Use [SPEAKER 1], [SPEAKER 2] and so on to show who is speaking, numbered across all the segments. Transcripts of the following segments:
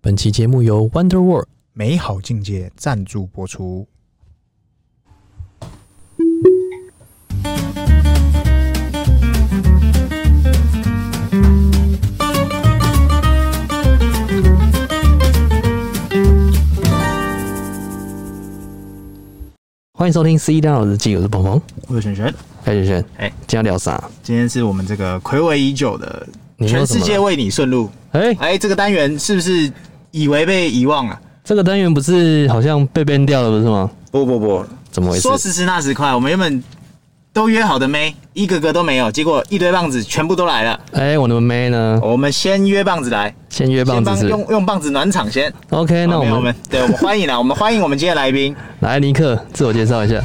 [SPEAKER 1] 本期节目由 Wonder World
[SPEAKER 2] 美好境界赞助播出。
[SPEAKER 1] 欢迎收听《C 大佬日记》，我是鹏鹏，
[SPEAKER 2] 我是璇璇，
[SPEAKER 1] 哎，轩轩，
[SPEAKER 2] 哎
[SPEAKER 1] 今天要聊啥？
[SPEAKER 2] 今天是我们这个暌违已久的
[SPEAKER 1] 你说
[SPEAKER 2] 全
[SPEAKER 1] 什么
[SPEAKER 2] 世界为你顺路。
[SPEAKER 1] 哎，
[SPEAKER 2] 哎，这个单元是不是以为被遗忘啊了？
[SPEAKER 1] 这个单元不是好像被 ban 掉了，不是吗？
[SPEAKER 2] 不不不，
[SPEAKER 1] 怎么回事
[SPEAKER 2] 说？时迟那时快，我们原本都约好的妹，一个个都没有，结果一堆棒子全部都来了。
[SPEAKER 1] 哎，我的妹呢？
[SPEAKER 2] 我们先约棒子来，
[SPEAKER 1] 先约棒
[SPEAKER 2] 先
[SPEAKER 1] 子
[SPEAKER 2] 帮
[SPEAKER 1] 是
[SPEAKER 2] 用用棒子暖场先。
[SPEAKER 1] OK，那
[SPEAKER 2] 好
[SPEAKER 1] 我
[SPEAKER 2] 没有
[SPEAKER 1] 们
[SPEAKER 2] 我们对我们欢迎啊 啦，我们欢迎我们今天的来宾。
[SPEAKER 1] 来尼克自我介绍一下。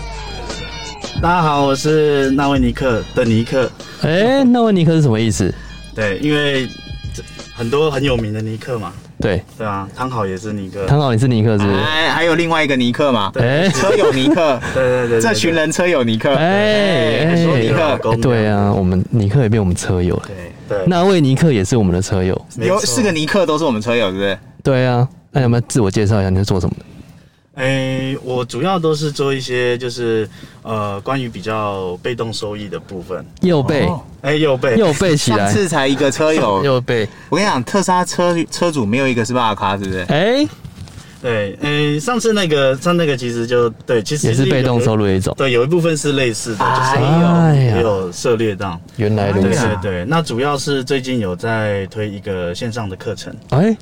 [SPEAKER 3] 大家好，我是纳维尼克的尼克。
[SPEAKER 1] 哎，那问尼克是什么意思？
[SPEAKER 3] 对，因为这很多很有名的尼克嘛，
[SPEAKER 1] 对，
[SPEAKER 3] 对啊，汤好也是尼克。
[SPEAKER 1] 唐老你是尼克是不是？
[SPEAKER 2] 哎，还有另外一个尼克嘛，
[SPEAKER 1] 哎
[SPEAKER 2] 车友尼克，
[SPEAKER 3] 对对对对，
[SPEAKER 2] 这群
[SPEAKER 3] 对
[SPEAKER 2] 人车友尼克。
[SPEAKER 1] 哎
[SPEAKER 2] 哎，说尼克
[SPEAKER 1] 哎对啊，我们尼克也变我们车友了，
[SPEAKER 2] 对，
[SPEAKER 3] 对，
[SPEAKER 1] 那位尼克也是我们的车友。
[SPEAKER 3] 没
[SPEAKER 2] 有
[SPEAKER 3] 错
[SPEAKER 2] 四个尼克都是我们车友，是不是？
[SPEAKER 1] 对啊，那你要不要自我介绍一下你是做什么的？
[SPEAKER 3] 哎、我主要都是做一些就是呃关于比较被动收益的部分。
[SPEAKER 1] 右背，
[SPEAKER 2] 哦
[SPEAKER 3] 哎、又被
[SPEAKER 1] 右背起
[SPEAKER 2] 上
[SPEAKER 1] 来，
[SPEAKER 2] 次才一个 车友，
[SPEAKER 1] 右背。
[SPEAKER 2] 我跟你讲，特斯拉车车主没有一个是巴卡，是不是？
[SPEAKER 1] 哎，
[SPEAKER 3] 对，哎、上次那个上那个其实就对，其实
[SPEAKER 1] 也是被动收
[SPEAKER 3] 入。
[SPEAKER 1] 入的一种。
[SPEAKER 3] 对，有一部分是类似的，就是
[SPEAKER 1] 哎呀
[SPEAKER 3] 也有涉猎到。
[SPEAKER 1] 原来如
[SPEAKER 3] 对
[SPEAKER 1] 此
[SPEAKER 2] 啊。
[SPEAKER 3] 对对，那主要是最近有在推一个线上的课程，
[SPEAKER 1] 哎，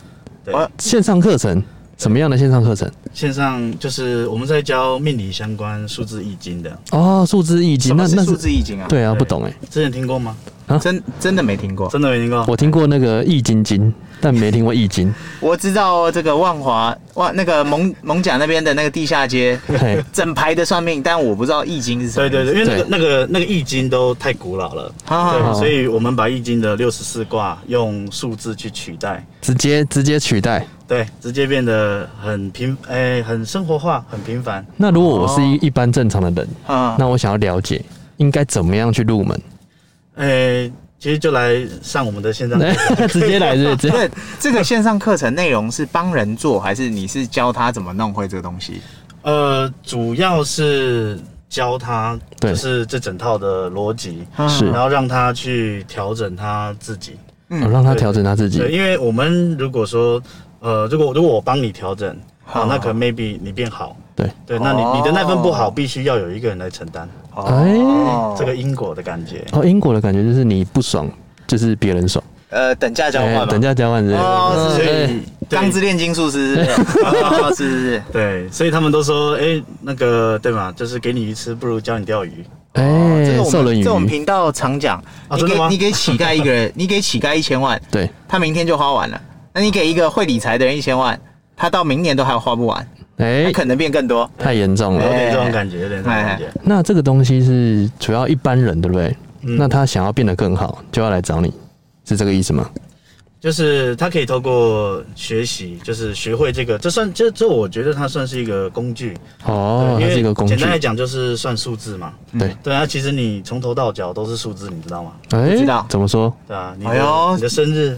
[SPEAKER 3] 对，
[SPEAKER 2] 哦
[SPEAKER 1] 线上课程什么样的线上课程？
[SPEAKER 3] 线上就是我们在教命理相关数字易经的，
[SPEAKER 1] 哦，数字易经，
[SPEAKER 2] 什
[SPEAKER 1] 那
[SPEAKER 2] 么是
[SPEAKER 1] 那
[SPEAKER 2] 数
[SPEAKER 1] 是
[SPEAKER 2] 字易经啊？，
[SPEAKER 1] 对啊，
[SPEAKER 3] 对
[SPEAKER 1] 不懂哎，
[SPEAKER 3] 之前听过吗？
[SPEAKER 2] 真真的没听过。
[SPEAKER 3] 真的没听过。
[SPEAKER 1] 哦我听过那个易筋经，但没听过易 经。
[SPEAKER 2] 我知道这个万华万那个蒙蒙甲那边的那个地下街，
[SPEAKER 1] 嘿，
[SPEAKER 2] 整排的算命，但我不知道易经是什么。
[SPEAKER 3] 对对对，因为那
[SPEAKER 1] 对
[SPEAKER 3] 个
[SPEAKER 1] 哦
[SPEAKER 3] 那个那个易经都太古老了，
[SPEAKER 2] 好好
[SPEAKER 3] 对，
[SPEAKER 2] 好，
[SPEAKER 3] 所以我们把易经的六十四卦用数字去取代，
[SPEAKER 1] 直接直接取代。
[SPEAKER 3] 对，直接变得很平，哎、很生活化，很平凡。
[SPEAKER 1] 那如果我是一
[SPEAKER 2] 哦
[SPEAKER 1] 一般正常的人，
[SPEAKER 2] 嗯，
[SPEAKER 1] 那我想要了解应该怎么样去入门？
[SPEAKER 3] 哎、其实就来上我们的线上课程。
[SPEAKER 2] 嗯
[SPEAKER 1] 直接来是不是直
[SPEAKER 2] 不
[SPEAKER 1] 接
[SPEAKER 2] 是这个线上课程内容是帮人做，还是你是教他怎么弄会这个东西？
[SPEAKER 3] 呃，主要是教他，
[SPEAKER 1] 对
[SPEAKER 3] 就是这整套的逻辑，
[SPEAKER 2] 嗯
[SPEAKER 1] 是
[SPEAKER 3] 然后让他去调整他自己。
[SPEAKER 1] 我哦让他调整他自己。
[SPEAKER 3] 对，因为我们如果说，呃，如果如果我帮你调整，好、那可能 maybe 你变好，
[SPEAKER 1] 对，
[SPEAKER 3] 对，那你
[SPEAKER 2] 哦
[SPEAKER 3] 你的那份不好，必须要有一个人来承担，
[SPEAKER 2] 哦，
[SPEAKER 3] 这个因果的感觉。
[SPEAKER 1] 哦，因果的感觉就是你不爽，就是别人爽。
[SPEAKER 2] 呃等价交
[SPEAKER 1] 哎
[SPEAKER 2] 换
[SPEAKER 1] 等
[SPEAKER 2] 嘛，
[SPEAKER 1] 价交换之类的。
[SPEAKER 2] 哦
[SPEAKER 3] 所
[SPEAKER 1] 嗯哎
[SPEAKER 3] 以，对
[SPEAKER 2] 钢之炼金术师是不是 哦是是是。
[SPEAKER 3] 对，所以他们都说，哎、那个对嘛，就是给你鱼吃，不如教你钓鱼。
[SPEAKER 2] 哦这
[SPEAKER 1] 哎
[SPEAKER 2] 个，我
[SPEAKER 1] 受人
[SPEAKER 2] 们
[SPEAKER 1] 鱼
[SPEAKER 2] 这。我们频道常讲，
[SPEAKER 3] 啊
[SPEAKER 2] 你
[SPEAKER 3] 真的
[SPEAKER 2] 给
[SPEAKER 3] 吗
[SPEAKER 2] 你给乞丐一个人， 你给乞丐一千万，
[SPEAKER 1] 对，
[SPEAKER 2] 他明天就花完了。那你给一个会理财的人一千万，他到明年都还花不完，
[SPEAKER 1] 哎
[SPEAKER 2] 他，可哎能变更多。
[SPEAKER 1] 太严重
[SPEAKER 3] 有
[SPEAKER 1] 了。
[SPEAKER 3] 点这种感觉，有点这种感觉。
[SPEAKER 1] 那这个东西是主要一般人，对不对？
[SPEAKER 3] 嗯
[SPEAKER 1] 那他想要变得更好，就要来找你，是这个意思吗？
[SPEAKER 3] 就是他可以透过学习，就是学会这个，这算这这，我觉得它算是一个工具，
[SPEAKER 1] 哦，
[SPEAKER 3] 对
[SPEAKER 1] 它
[SPEAKER 3] 因为
[SPEAKER 1] 是一个工具
[SPEAKER 3] 简。单来讲就是算数字嘛。
[SPEAKER 1] 对，
[SPEAKER 3] 对啊，其实你从头到脚都是数字，你知道吗？
[SPEAKER 1] 哎
[SPEAKER 2] 知道
[SPEAKER 1] 怎么说？
[SPEAKER 3] 对啊，你的、
[SPEAKER 2] 哎呦
[SPEAKER 3] 你的生日、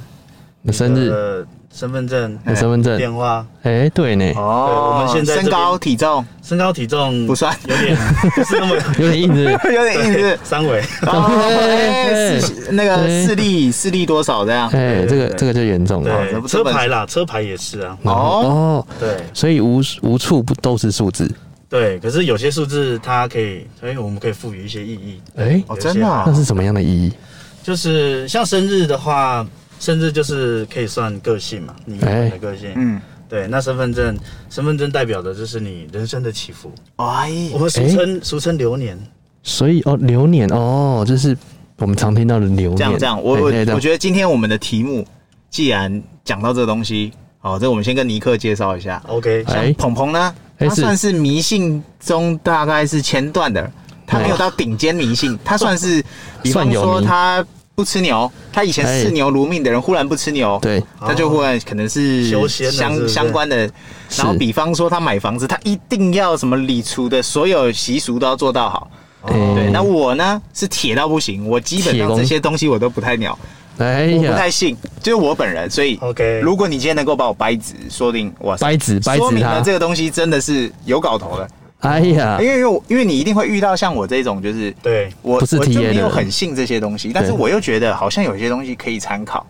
[SPEAKER 1] 你生
[SPEAKER 3] 你
[SPEAKER 2] 呃
[SPEAKER 1] 日、
[SPEAKER 3] 的身份证、
[SPEAKER 1] 你身份证，
[SPEAKER 3] 电话、
[SPEAKER 1] 哎，对呢，
[SPEAKER 2] 哦，
[SPEAKER 3] 对我们现在这
[SPEAKER 2] 身
[SPEAKER 3] 边
[SPEAKER 2] 高体重
[SPEAKER 3] 身高体
[SPEAKER 1] 嗯
[SPEAKER 3] 重
[SPEAKER 2] 不算，
[SPEAKER 3] 有点不是那么
[SPEAKER 1] 有点硬是不是
[SPEAKER 2] 有点意 思。
[SPEAKER 3] 三维。
[SPEAKER 2] 哦，
[SPEAKER 1] 哎
[SPEAKER 2] 哎视那个
[SPEAKER 1] 哎
[SPEAKER 2] 视力视力多少这样？
[SPEAKER 1] 哎，
[SPEAKER 3] 对
[SPEAKER 1] 这个
[SPEAKER 3] 对
[SPEAKER 1] 这个就严重了。
[SPEAKER 2] 这
[SPEAKER 3] 对，
[SPEAKER 2] 哦不
[SPEAKER 3] 车牌啦，车牌也是啊。
[SPEAKER 1] 然后哦，
[SPEAKER 3] 对
[SPEAKER 1] 所以无无处不都是数字。
[SPEAKER 3] 对，可是有些数字它可以，所以我们可以赋予一些意义。
[SPEAKER 1] 哎，
[SPEAKER 2] 哦，
[SPEAKER 3] 有些
[SPEAKER 2] 真的啊
[SPEAKER 1] 那是什么样的意义？
[SPEAKER 3] 就是像生日的话，生日就是可以算个性嘛，你
[SPEAKER 1] 哎
[SPEAKER 3] 的个性。
[SPEAKER 2] 嗯，
[SPEAKER 3] 对，那身份证，身份证代表的就是你人生的起伏。
[SPEAKER 2] 哎，
[SPEAKER 1] 哦
[SPEAKER 3] 我们俗称、俗称流年，
[SPEAKER 1] 所以哦，流年哦，就是我们常听到的流年。
[SPEAKER 2] 这样这样，我
[SPEAKER 1] 哎
[SPEAKER 2] 我
[SPEAKER 1] 哎这
[SPEAKER 2] 我觉得今天我们的题目既然讲到这个东西，好，这我们先跟尼克介绍一下。
[SPEAKER 3] OK，
[SPEAKER 1] 哎
[SPEAKER 2] 鹏鹏呢，
[SPEAKER 1] 哎
[SPEAKER 2] 他
[SPEAKER 1] 是
[SPEAKER 2] 算是迷信中大概是前段的，他没有到顶尖迷信，他算是，比
[SPEAKER 1] 哎算
[SPEAKER 2] 方
[SPEAKER 1] 有
[SPEAKER 2] 说
[SPEAKER 1] 迷
[SPEAKER 2] 他不吃牛，他以前
[SPEAKER 1] 哎
[SPEAKER 2] 视牛如命的人，忽然不吃牛，，
[SPEAKER 1] 对，
[SPEAKER 2] 他就忽然可能是
[SPEAKER 3] 修仙了是
[SPEAKER 2] 相
[SPEAKER 3] 不是
[SPEAKER 2] 相关的。
[SPEAKER 1] 是
[SPEAKER 2] 然后比方说他买房子，他一定要什么礼厨的所有习俗都要做到好。
[SPEAKER 1] 哎
[SPEAKER 2] 对，那我呢是铁到不行，我基本
[SPEAKER 1] 铁
[SPEAKER 2] 上
[SPEAKER 1] 公
[SPEAKER 2] 这些东西我都不太鸟。
[SPEAKER 1] 哎
[SPEAKER 2] 我不
[SPEAKER 1] 呀，
[SPEAKER 2] 太信，就是我本人，所以
[SPEAKER 3] OK
[SPEAKER 2] 如果你今天能够把我掰直，说不定哇塞，
[SPEAKER 1] 掰直掰
[SPEAKER 2] 说
[SPEAKER 1] 直
[SPEAKER 2] 明
[SPEAKER 1] 他
[SPEAKER 2] 了这，个东西真的是有搞头的。
[SPEAKER 1] 哎呀
[SPEAKER 2] 因，为因为我因为你一定会遇到像我这种，就是
[SPEAKER 3] 对，
[SPEAKER 2] 我
[SPEAKER 1] 不是
[SPEAKER 2] 我
[SPEAKER 1] TA
[SPEAKER 2] 就
[SPEAKER 1] 的人
[SPEAKER 2] 没有很信这些东西，但是
[SPEAKER 1] 对
[SPEAKER 2] 我又觉得好像有些东西可以参考，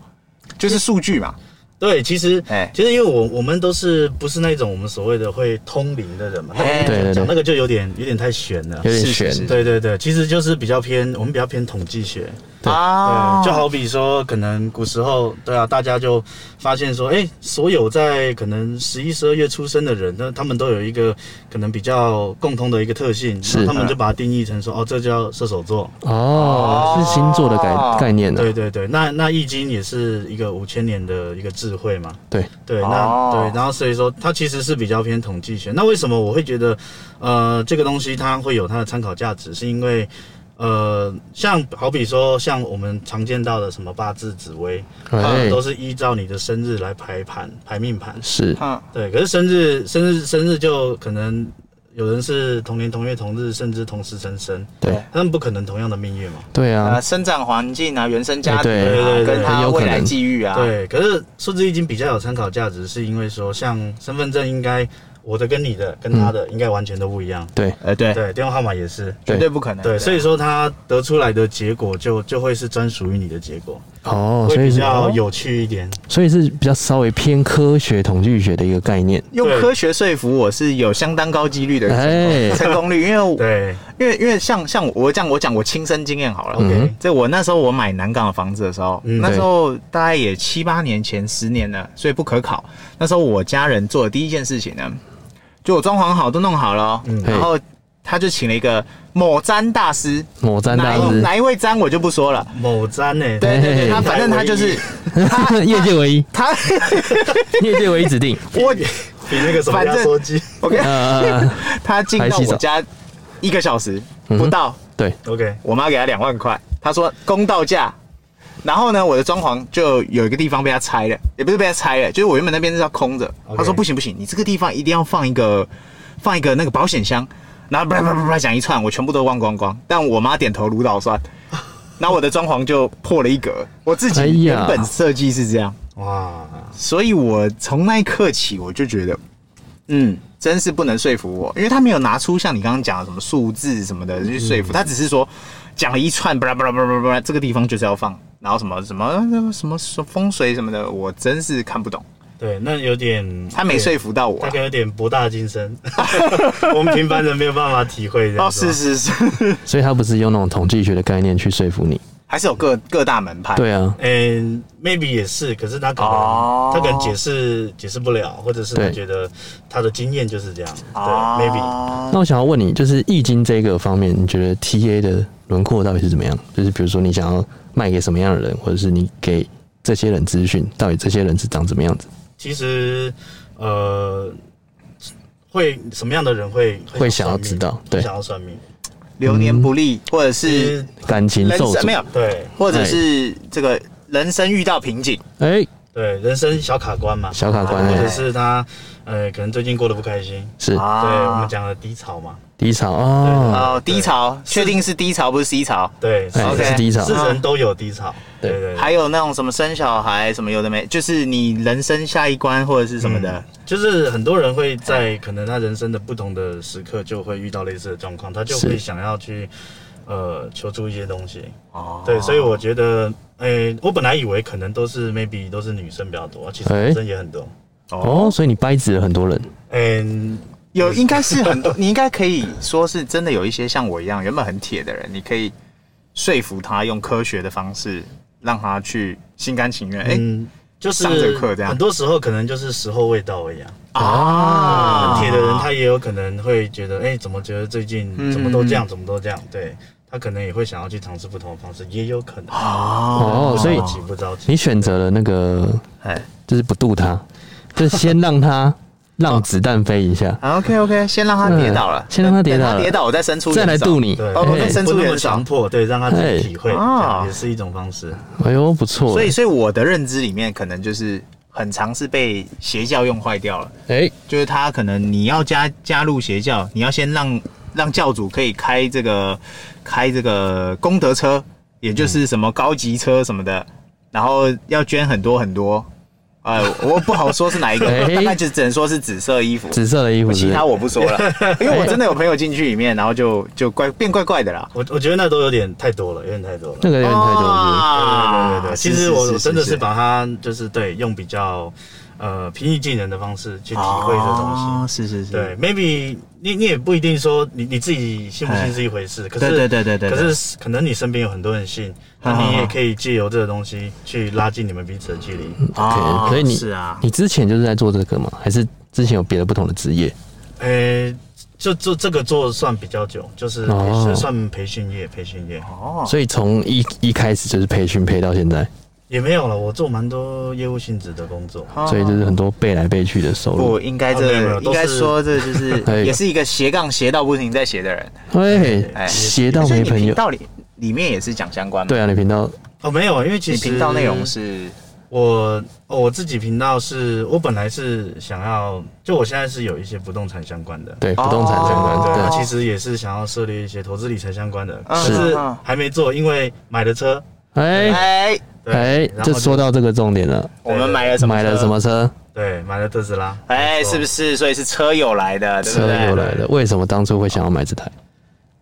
[SPEAKER 2] 就是数据嘛。
[SPEAKER 3] 对，其实，
[SPEAKER 2] 哎
[SPEAKER 3] 其实因为我我们都是不是那种我们所谓的会通灵的人嘛，那
[SPEAKER 2] 哎
[SPEAKER 3] 个
[SPEAKER 1] 对对
[SPEAKER 3] 讲那
[SPEAKER 1] 对，
[SPEAKER 3] 个就有点有点太悬了。
[SPEAKER 1] 有点
[SPEAKER 2] 是是
[SPEAKER 1] 悬
[SPEAKER 2] 是
[SPEAKER 3] 对对对，其实就是比较偏，我们比较偏统计学，
[SPEAKER 2] 啊
[SPEAKER 3] 对，就好比说，可能古时候，对啊，大家就发现说，哎，所有在可能十一、十二月出生的人，那他们都有一个可能比较共通的一个特性，
[SPEAKER 1] 是啊
[SPEAKER 3] 然后他们就把它定义成说，哦，这叫射手座。
[SPEAKER 1] 哦，是星座的
[SPEAKER 2] 哦
[SPEAKER 1] 概概念啊呢
[SPEAKER 3] 对，对对，那那易经也是一个五千年的一个智慧嘛。
[SPEAKER 1] 对，
[SPEAKER 3] 对，那、
[SPEAKER 2] 哦
[SPEAKER 3] 对，然后所以说它其实是比较偏统计学。那为什么我会觉得，呃，这个东西它会有它的参考价值，是因为，呃，像好比说像我们常见到的什么八字、紫微，它
[SPEAKER 1] 哎
[SPEAKER 3] 们，都是依照你的生日来排盘、排命盘。
[SPEAKER 1] 是
[SPEAKER 2] 嗯，
[SPEAKER 3] 对，可是生日、生日、生日就可能有人是同年同月同日，甚至同时生生，
[SPEAKER 1] 对
[SPEAKER 3] 他们不可能同样的命运嘛。
[SPEAKER 1] 对啊
[SPEAKER 2] 呃，，生长环境啊，原生家庭
[SPEAKER 1] 哎对
[SPEAKER 3] 对
[SPEAKER 2] 啊
[SPEAKER 3] 对，对
[SPEAKER 2] 跟
[SPEAKER 1] 很
[SPEAKER 2] 他
[SPEAKER 1] 有可
[SPEAKER 2] 未来
[SPEAKER 1] 能
[SPEAKER 2] 际遇啊，
[SPEAKER 3] 对，可是数字易经比较有参考价值，是因为说像身份证应该我的跟你的跟他的应该完全都不一样，
[SPEAKER 1] 对
[SPEAKER 2] 呃对，
[SPEAKER 3] 对，电话号码也是，
[SPEAKER 2] 绝对啊不可能。
[SPEAKER 3] 对，所以说他得出来的结果就就会是专属于你的结果，
[SPEAKER 1] 哦，
[SPEAKER 3] 会
[SPEAKER 1] 所以
[SPEAKER 3] 比
[SPEAKER 1] 是
[SPEAKER 3] 较有趣一点。
[SPEAKER 1] 所以是比较稍微偏科学统计学的一个概念，
[SPEAKER 2] 用
[SPEAKER 3] 对
[SPEAKER 2] 科学说服我是有相当高几率的
[SPEAKER 1] 哎
[SPEAKER 2] 成功率，因为我
[SPEAKER 3] 对
[SPEAKER 2] 因为因为像像我我讲我讲我亲身经验好了。
[SPEAKER 1] 嗯
[SPEAKER 3] ，OK，
[SPEAKER 2] 在我那时候我买南港的房子的时候，
[SPEAKER 3] 嗯
[SPEAKER 2] 那时候大概也七八年前，十年了，所以不可考。那时候我家人做的第一件事情呢，就我装潢好都弄好了哦、
[SPEAKER 3] 嗯
[SPEAKER 2] 然后他就请了一个某占大师，
[SPEAKER 1] 某占大
[SPEAKER 2] 哪一
[SPEAKER 1] 师，
[SPEAKER 2] 哪一位占我就不说了。
[SPEAKER 3] 某詹呢、
[SPEAKER 2] 对对对，
[SPEAKER 1] 嘿
[SPEAKER 2] 他反正他就是
[SPEAKER 1] 业界唯一，
[SPEAKER 2] 他，
[SPEAKER 1] 业界唯一指定，
[SPEAKER 2] 我
[SPEAKER 3] 比那个什么
[SPEAKER 2] 反正
[SPEAKER 3] 压缩机
[SPEAKER 2] 我跟
[SPEAKER 1] 呃，
[SPEAKER 2] 他进
[SPEAKER 1] 还
[SPEAKER 2] 到
[SPEAKER 1] 洗手
[SPEAKER 2] 我家一个小时
[SPEAKER 1] 嗯哼
[SPEAKER 2] 不到，
[SPEAKER 1] 对，
[SPEAKER 3] ，OK，
[SPEAKER 2] 我妈给他两万块，他说公道价。然后呢，我的装潢就有一个地方被他拆了，也不是被他拆了，就是我原本那边是要空着。
[SPEAKER 3] OK
[SPEAKER 2] 他说不行不行，你这个地方一定要放一个放一个那个保险箱。然后叭叭叭叭讲一串，我全部都忘光光。但我妈点头如捣蒜，然后我的装潢就破了一格。我自
[SPEAKER 1] 哎
[SPEAKER 2] 己
[SPEAKER 1] 呀
[SPEAKER 2] 原本设计是这样，
[SPEAKER 3] 哇，
[SPEAKER 2] 所以我从那一刻起，我就觉得，嗯，真是不能说服我，因为他没有拿出像你刚刚讲的什么数字什么
[SPEAKER 3] 嗯
[SPEAKER 2] 的去说服，他只是说讲了一串，巴拉巴拉巴拉巴拉，这个地方就是要放，然后什么什么什么什么风水什么的，我真是看不懂，
[SPEAKER 3] 对，那有点
[SPEAKER 2] 他没说服到我
[SPEAKER 3] 大
[SPEAKER 2] 啊、
[SPEAKER 3] 概有点博大 精深，我们平凡人没有办法体会这样
[SPEAKER 2] 哦，
[SPEAKER 3] 子吧
[SPEAKER 2] 是是是，
[SPEAKER 1] 所以他不是用那种统计学的概念去说服你，
[SPEAKER 2] 还是有各各大门派，
[SPEAKER 1] 对啊，
[SPEAKER 3] 嗯，maybe 也是，可是他可能、
[SPEAKER 2] 哦
[SPEAKER 3] 他可能解释解释不了，或者是他
[SPEAKER 1] 对
[SPEAKER 3] 觉得他的经验就是这样，对、
[SPEAKER 2] 啊
[SPEAKER 3] m a y b e
[SPEAKER 1] 那我想要问你，就是易经这个方面，你觉得 TA 的轮廓到底是怎么样？就是比如说你想要卖给什么样的人，或者是你给这些人资讯，到底这些人是长怎么样子？
[SPEAKER 3] 其实呃，会什么样的人会
[SPEAKER 1] 会想要
[SPEAKER 3] 算命
[SPEAKER 1] 知道对
[SPEAKER 3] 想要算命，
[SPEAKER 2] 流年不利，或者
[SPEAKER 3] 其
[SPEAKER 2] 是
[SPEAKER 3] 实
[SPEAKER 1] 感情
[SPEAKER 2] 人
[SPEAKER 1] 受
[SPEAKER 2] 生
[SPEAKER 1] 阻
[SPEAKER 2] 没？有，
[SPEAKER 3] 对
[SPEAKER 2] 或者是这个人生遇到瓶颈，
[SPEAKER 1] 哎、
[SPEAKER 3] 对，人生小卡关嘛，
[SPEAKER 1] 小卡关
[SPEAKER 3] 或
[SPEAKER 1] 哎、
[SPEAKER 3] 者是他呃，可能最近过得不开心，
[SPEAKER 1] 是
[SPEAKER 2] 啊
[SPEAKER 3] 对我们讲的低潮嘛，
[SPEAKER 1] 低潮哦，
[SPEAKER 2] 哦，低潮，确定是低潮，不是 C 潮。
[SPEAKER 3] 对，
[SPEAKER 1] 哎、
[SPEAKER 2] OK
[SPEAKER 1] 是低潮
[SPEAKER 3] 是人都有低潮，对
[SPEAKER 1] 对
[SPEAKER 3] 对对，
[SPEAKER 2] 还有那种什么生小孩什么有的没，就是你人生下一关或者是什么
[SPEAKER 1] 嗯
[SPEAKER 2] 的，
[SPEAKER 3] 就是很多人会在可能他人生的不同的时刻就会遇到类似的状况，他就是会想要去呃求助一些东西。
[SPEAKER 2] 哦
[SPEAKER 3] 对，所以我觉得，诶、我本来以为可能都是 maybe 都是女生比较多，其实
[SPEAKER 1] 哎
[SPEAKER 3] 男生也很多。
[SPEAKER 2] 啊
[SPEAKER 1] 哦，所以你掰直了很多人，
[SPEAKER 3] 嗯、
[SPEAKER 2] 有应该是很多， 你应该可以说是真的有一些像我一样原本很铁的人，你可以说服他用科学的方式让他去心甘情愿。哎、
[SPEAKER 3] 嗯，就是
[SPEAKER 2] 上这个课这样
[SPEAKER 3] 很多时候可能就是时候未到一样。
[SPEAKER 2] 啊，
[SPEAKER 3] 很铁的人，他也有可能会觉得，哎、怎么觉得最近
[SPEAKER 2] 嗯
[SPEAKER 3] 怎么都这样，怎么都这样？对他可能也会想要去尝试不同的方式，也有可能。
[SPEAKER 2] 哦
[SPEAKER 1] 哦所以
[SPEAKER 3] 不着急不着急，
[SPEAKER 1] 你选择了那个
[SPEAKER 2] 哎
[SPEAKER 1] 就是不渡他， 就是先让他让子弹飞一下，
[SPEAKER 2] ，OK OK，先让他跌倒了，
[SPEAKER 1] 嗯先让他跌倒了
[SPEAKER 2] 等他跌倒我再伸出
[SPEAKER 1] 再来
[SPEAKER 2] 援手
[SPEAKER 1] 渡你。
[SPEAKER 3] 对，
[SPEAKER 2] 包括跟
[SPEAKER 1] 哎
[SPEAKER 2] 生
[SPEAKER 3] 不
[SPEAKER 2] 出
[SPEAKER 3] 那
[SPEAKER 2] 援
[SPEAKER 3] 么
[SPEAKER 2] 手
[SPEAKER 3] 强。迫，对，让他自己体会，
[SPEAKER 2] 哎
[SPEAKER 3] 这
[SPEAKER 2] 啊
[SPEAKER 3] 样也是一种方式。
[SPEAKER 1] 哎呦，不错。
[SPEAKER 2] 所以，所以我的认知里面可能就是很常是被邪教用坏掉了。
[SPEAKER 1] 哎、
[SPEAKER 2] 就是他可能你要加加入邪教，你要先让让教主可以开这个开这个功德车，也就是什么高级车什么的，然后要捐很多很多，呃，我不好说是哪一个，
[SPEAKER 1] 哎
[SPEAKER 2] 大概就只能说是紫色衣服，
[SPEAKER 1] 紫色的衣服是
[SPEAKER 2] 其他我不说了，因为我真的有朋友进去里面，然后就就怪变怪怪的啦。
[SPEAKER 3] 我我觉得那都有点太多了，有点太多了。
[SPEAKER 1] 那个有点太多了
[SPEAKER 2] 啊
[SPEAKER 3] 对对对对，其实我真的是
[SPEAKER 2] 把
[SPEAKER 3] 把它就是对用比较呃平易近人的方式去体会这东西。
[SPEAKER 2] 哦，是是是，
[SPEAKER 3] 对，maybe 你你也不一定说你你自己信不信是一回事，可是
[SPEAKER 2] 对对对对对对
[SPEAKER 3] 可是可能你身边有很多人信，
[SPEAKER 2] 好
[SPEAKER 3] 那
[SPEAKER 2] 好好
[SPEAKER 3] 你也可以借由这个东西去拉近你们彼此的距离。
[SPEAKER 2] 哦
[SPEAKER 1] ，OK，所以你
[SPEAKER 2] 是啊
[SPEAKER 1] 你之前就是在做这个吗？还是之前有别的不同的职业？
[SPEAKER 3] 诶、哎就做这个做算比较久，就是培、
[SPEAKER 1] 哦
[SPEAKER 3] 是算培训业，培训业
[SPEAKER 2] 哦，
[SPEAKER 1] 所以从一一开始就是培训培到现在，
[SPEAKER 3] 也没有了。我做蛮多业务性质的工作，
[SPEAKER 2] 哦
[SPEAKER 1] 所以就是很多背来背去的收入。
[SPEAKER 2] 不应该
[SPEAKER 3] 啊没有没
[SPEAKER 2] 这
[SPEAKER 3] 有
[SPEAKER 2] 应
[SPEAKER 3] 都
[SPEAKER 2] 该
[SPEAKER 3] 是
[SPEAKER 2] 说这就是
[SPEAKER 1] 哎
[SPEAKER 2] 也是一个斜杠斜到不停在斜的人，
[SPEAKER 1] 哎，
[SPEAKER 2] 哎，
[SPEAKER 1] 斜到
[SPEAKER 2] 所以
[SPEAKER 1] 没
[SPEAKER 2] 你
[SPEAKER 1] 朋
[SPEAKER 2] 频
[SPEAKER 1] 友。
[SPEAKER 2] 道里里面也是讲相关嘛，
[SPEAKER 1] 对啊，你频道
[SPEAKER 3] 哦，没有，因为其
[SPEAKER 2] 你
[SPEAKER 3] 实
[SPEAKER 2] 频道内容是
[SPEAKER 3] 我哦我自己频道是我本来是想要，就我现在是有一些不动产相关的，
[SPEAKER 1] 对不动产相关
[SPEAKER 2] 哦
[SPEAKER 3] 对，
[SPEAKER 1] 的，
[SPEAKER 3] 那
[SPEAKER 1] 对
[SPEAKER 3] 其实也是想要涉猎一些投资理财相关的，
[SPEAKER 2] 嗯
[SPEAKER 3] 可是还没做，因为买了车。
[SPEAKER 1] 哎
[SPEAKER 2] 哎，
[SPEAKER 3] 对
[SPEAKER 1] 哎，这说到这个重点了，
[SPEAKER 2] 我们买了什么？
[SPEAKER 1] 买了什？么车？
[SPEAKER 3] 对，买了特斯拉。
[SPEAKER 2] 哎，是不
[SPEAKER 3] 是？
[SPEAKER 2] 是？所以是车友来的，对不
[SPEAKER 1] 车
[SPEAKER 2] 对？
[SPEAKER 1] 又来了，为什么当初会想要买这台？